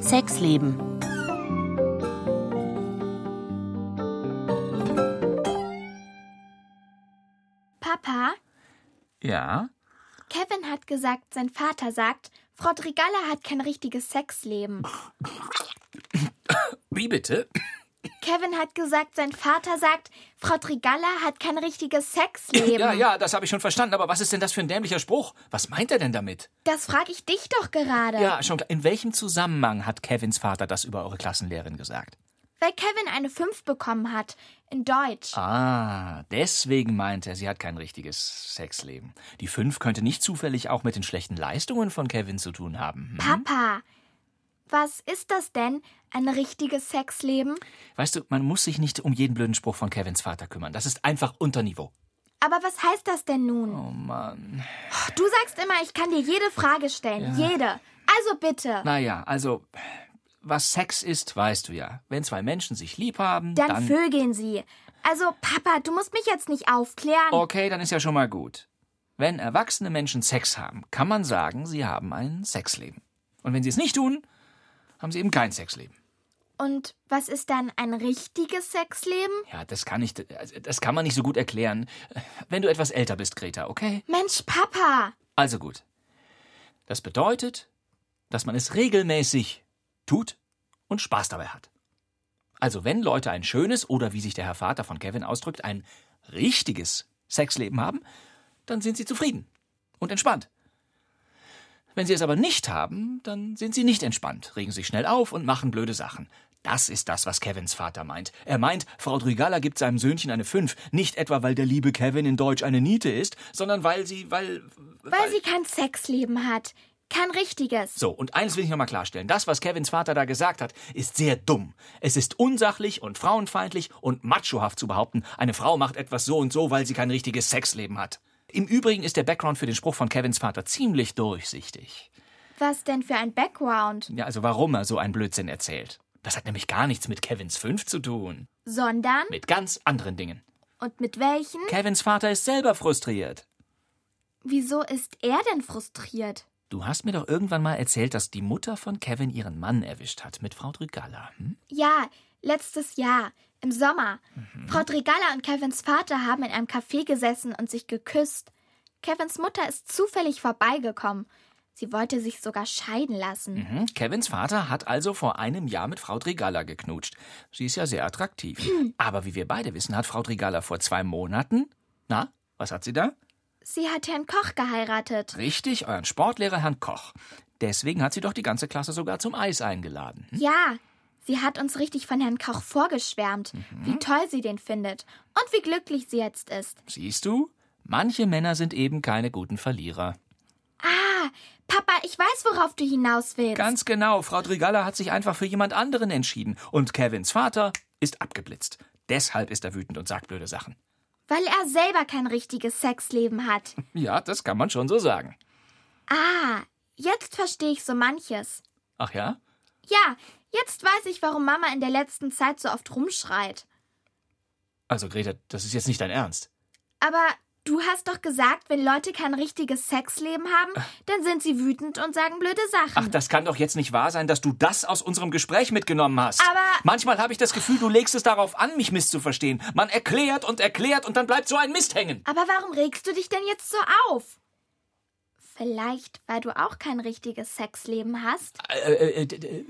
Sexleben. Papa, Ja? Kevin hat gesagt, sein Vater sagt, Frau Drigalla hat kein richtiges Sexleben. Wie bitte? Kevin hat gesagt, sein Vater sagt, Frau Drigalla hat kein richtiges Sexleben. Ja, ja, das habe ich schon verstanden, aber was ist denn das für ein dämlicher Spruch? Was meint er denn damit? Das frage ich dich doch gerade. Ja, schon klar. In welchem Zusammenhang hat Kevins Vater das über eure Klassenlehrerin gesagt? Weil Kevin eine 5 bekommen hat. In Deutsch. Ah, deswegen meint er, sie hat kein richtiges Sexleben. Die fünf könnte nicht zufällig auch mit den schlechten Leistungen von Kevin zu tun haben. Hm? Papa, was ist das denn? Ein richtiges Sexleben? Weißt du, man muss sich nicht um jeden blöden Spruch von Kevins Vater kümmern. Das ist einfach Unterniveau. Aber was heißt das denn nun? Oh Mann. Du sagst immer, ich kann dir jede Frage stellen. Jede. Also bitte. Naja, also, was Sex ist, weißt du ja. Wenn zwei Menschen sich lieb haben, dann, dann. vögeln sie. Also, Papa, du musst mich jetzt nicht aufklären. okay, dann ist ja schon mal gut. Wenn erwachsene Menschen Sex haben, kann man sagen, sie haben ein Sexleben. Und wenn sie es nicht tun, haben sie eben kein Sexleben. Und was ist dann ein richtiges Sexleben? Ja, das kann ich, also, das kann man nicht so gut erklären, wenn du etwas älter bist, Greta, okay? Mensch, Papa. Also gut. Das bedeutet, dass man es regelmäßig tut und Spaß dabei hat. Also wenn Leute ein schönes oder wie sich der Herr Vater von Kevin ausdrückt, ein richtiges Sexleben haben, dann sind sie zufrieden und entspannt. Wenn sie es aber nicht haben, dann sind sie nicht entspannt, regen sich schnell auf und machen blöde Sachen. Das ist das, was Kevins Vater meint. Er meint, Frau Drigalla gibt seinem Söhnchen eine 5, nicht etwa, weil der liebe Kevin in Deutsch eine Niete ist, sondern weil sie, weil... Weil sie kein Sexleben hat. Kein richtiges. So, und eines will ich nochmal klarstellen. Das, was Kevins Vater da gesagt hat, ist sehr dumm. Es ist unsachlich und frauenfeindlich und machohaft zu behaupten, eine Frau macht etwas so und so, weil sie kein richtiges Sexleben hat. Im Übrigen ist der Background für den Spruch von Kevins Vater ziemlich durchsichtig. Was denn für ein Background? Ja, also warum er so einen Blödsinn erzählt. Das hat nämlich gar nichts mit Kevins 5 zu tun. Sondern? Mit ganz anderen Dingen. Und mit welchen? Kevins Vater ist selber frustriert. Wieso ist er denn frustriert? Du hast mir doch irgendwann mal erzählt, dass die Mutter von Kevin ihren Mann erwischt hat mit Frau Drigalla. Hm? Ja, letztes Jahr, im Sommer. Frau Drigalla und Kevins Vater haben in einem Café gesessen und sich geküsst. Kevins Mutter ist zufällig vorbeigekommen. Sie wollte sich sogar scheiden lassen. Mhm. Kevins Vater hat also vor einem Jahr mit Frau Drigalla geknutscht. Sie ist ja sehr attraktiv. Aber wie wir beide wissen, hat Frau Drigalla vor zwei Monaten. Na, was hat sie da? Sie hat Herrn Koch geheiratet. Richtig, euren Sportlehrer Herrn Koch. Deswegen hat sie doch die ganze Klasse sogar zum Eis eingeladen. Ja, sie hat uns richtig von Herrn Koch vorgeschwärmt, Mhm. wie toll sie den findet und wie glücklich sie jetzt ist. Siehst du? Manche Männer sind eben keine guten Verlierer. Ah, Papa, ich weiß, worauf du hinaus willst. Ganz genau, Frau Drigalla hat sich einfach für jemand anderen entschieden. Und Kevins Vater ist abgeblitzt. Deshalb ist er wütend und sagt blöde Sachen. Weil er selber kein richtiges Sexleben hat. Ja, das kann man schon so sagen. Ah, jetzt verstehe ich so manches. Ach ja? Ja, jetzt weiß ich, warum Mama in der letzten Zeit so oft rumschreit. Also, Greta, das ist jetzt nicht dein Ernst. Aber du hast doch gesagt, wenn Leute kein richtiges Sexleben haben, dann sind sie wütend und sagen blöde Äh. Ach, Sachen. das kann doch jetzt nicht wahr sein, dass du das aus unserem Gespräch mitgenommen hast. Aber- Manchmal habe ich das Gefühl, du legst es darauf an, mich misszuverstehen. Man erklärt und erklärt und dann bleibt so ein Mist hängen. Aber warum regst du dich denn jetzt so auf? Vielleicht, weil du auch kein richtiges Sexleben hast? Äh, äh, äh, d- d-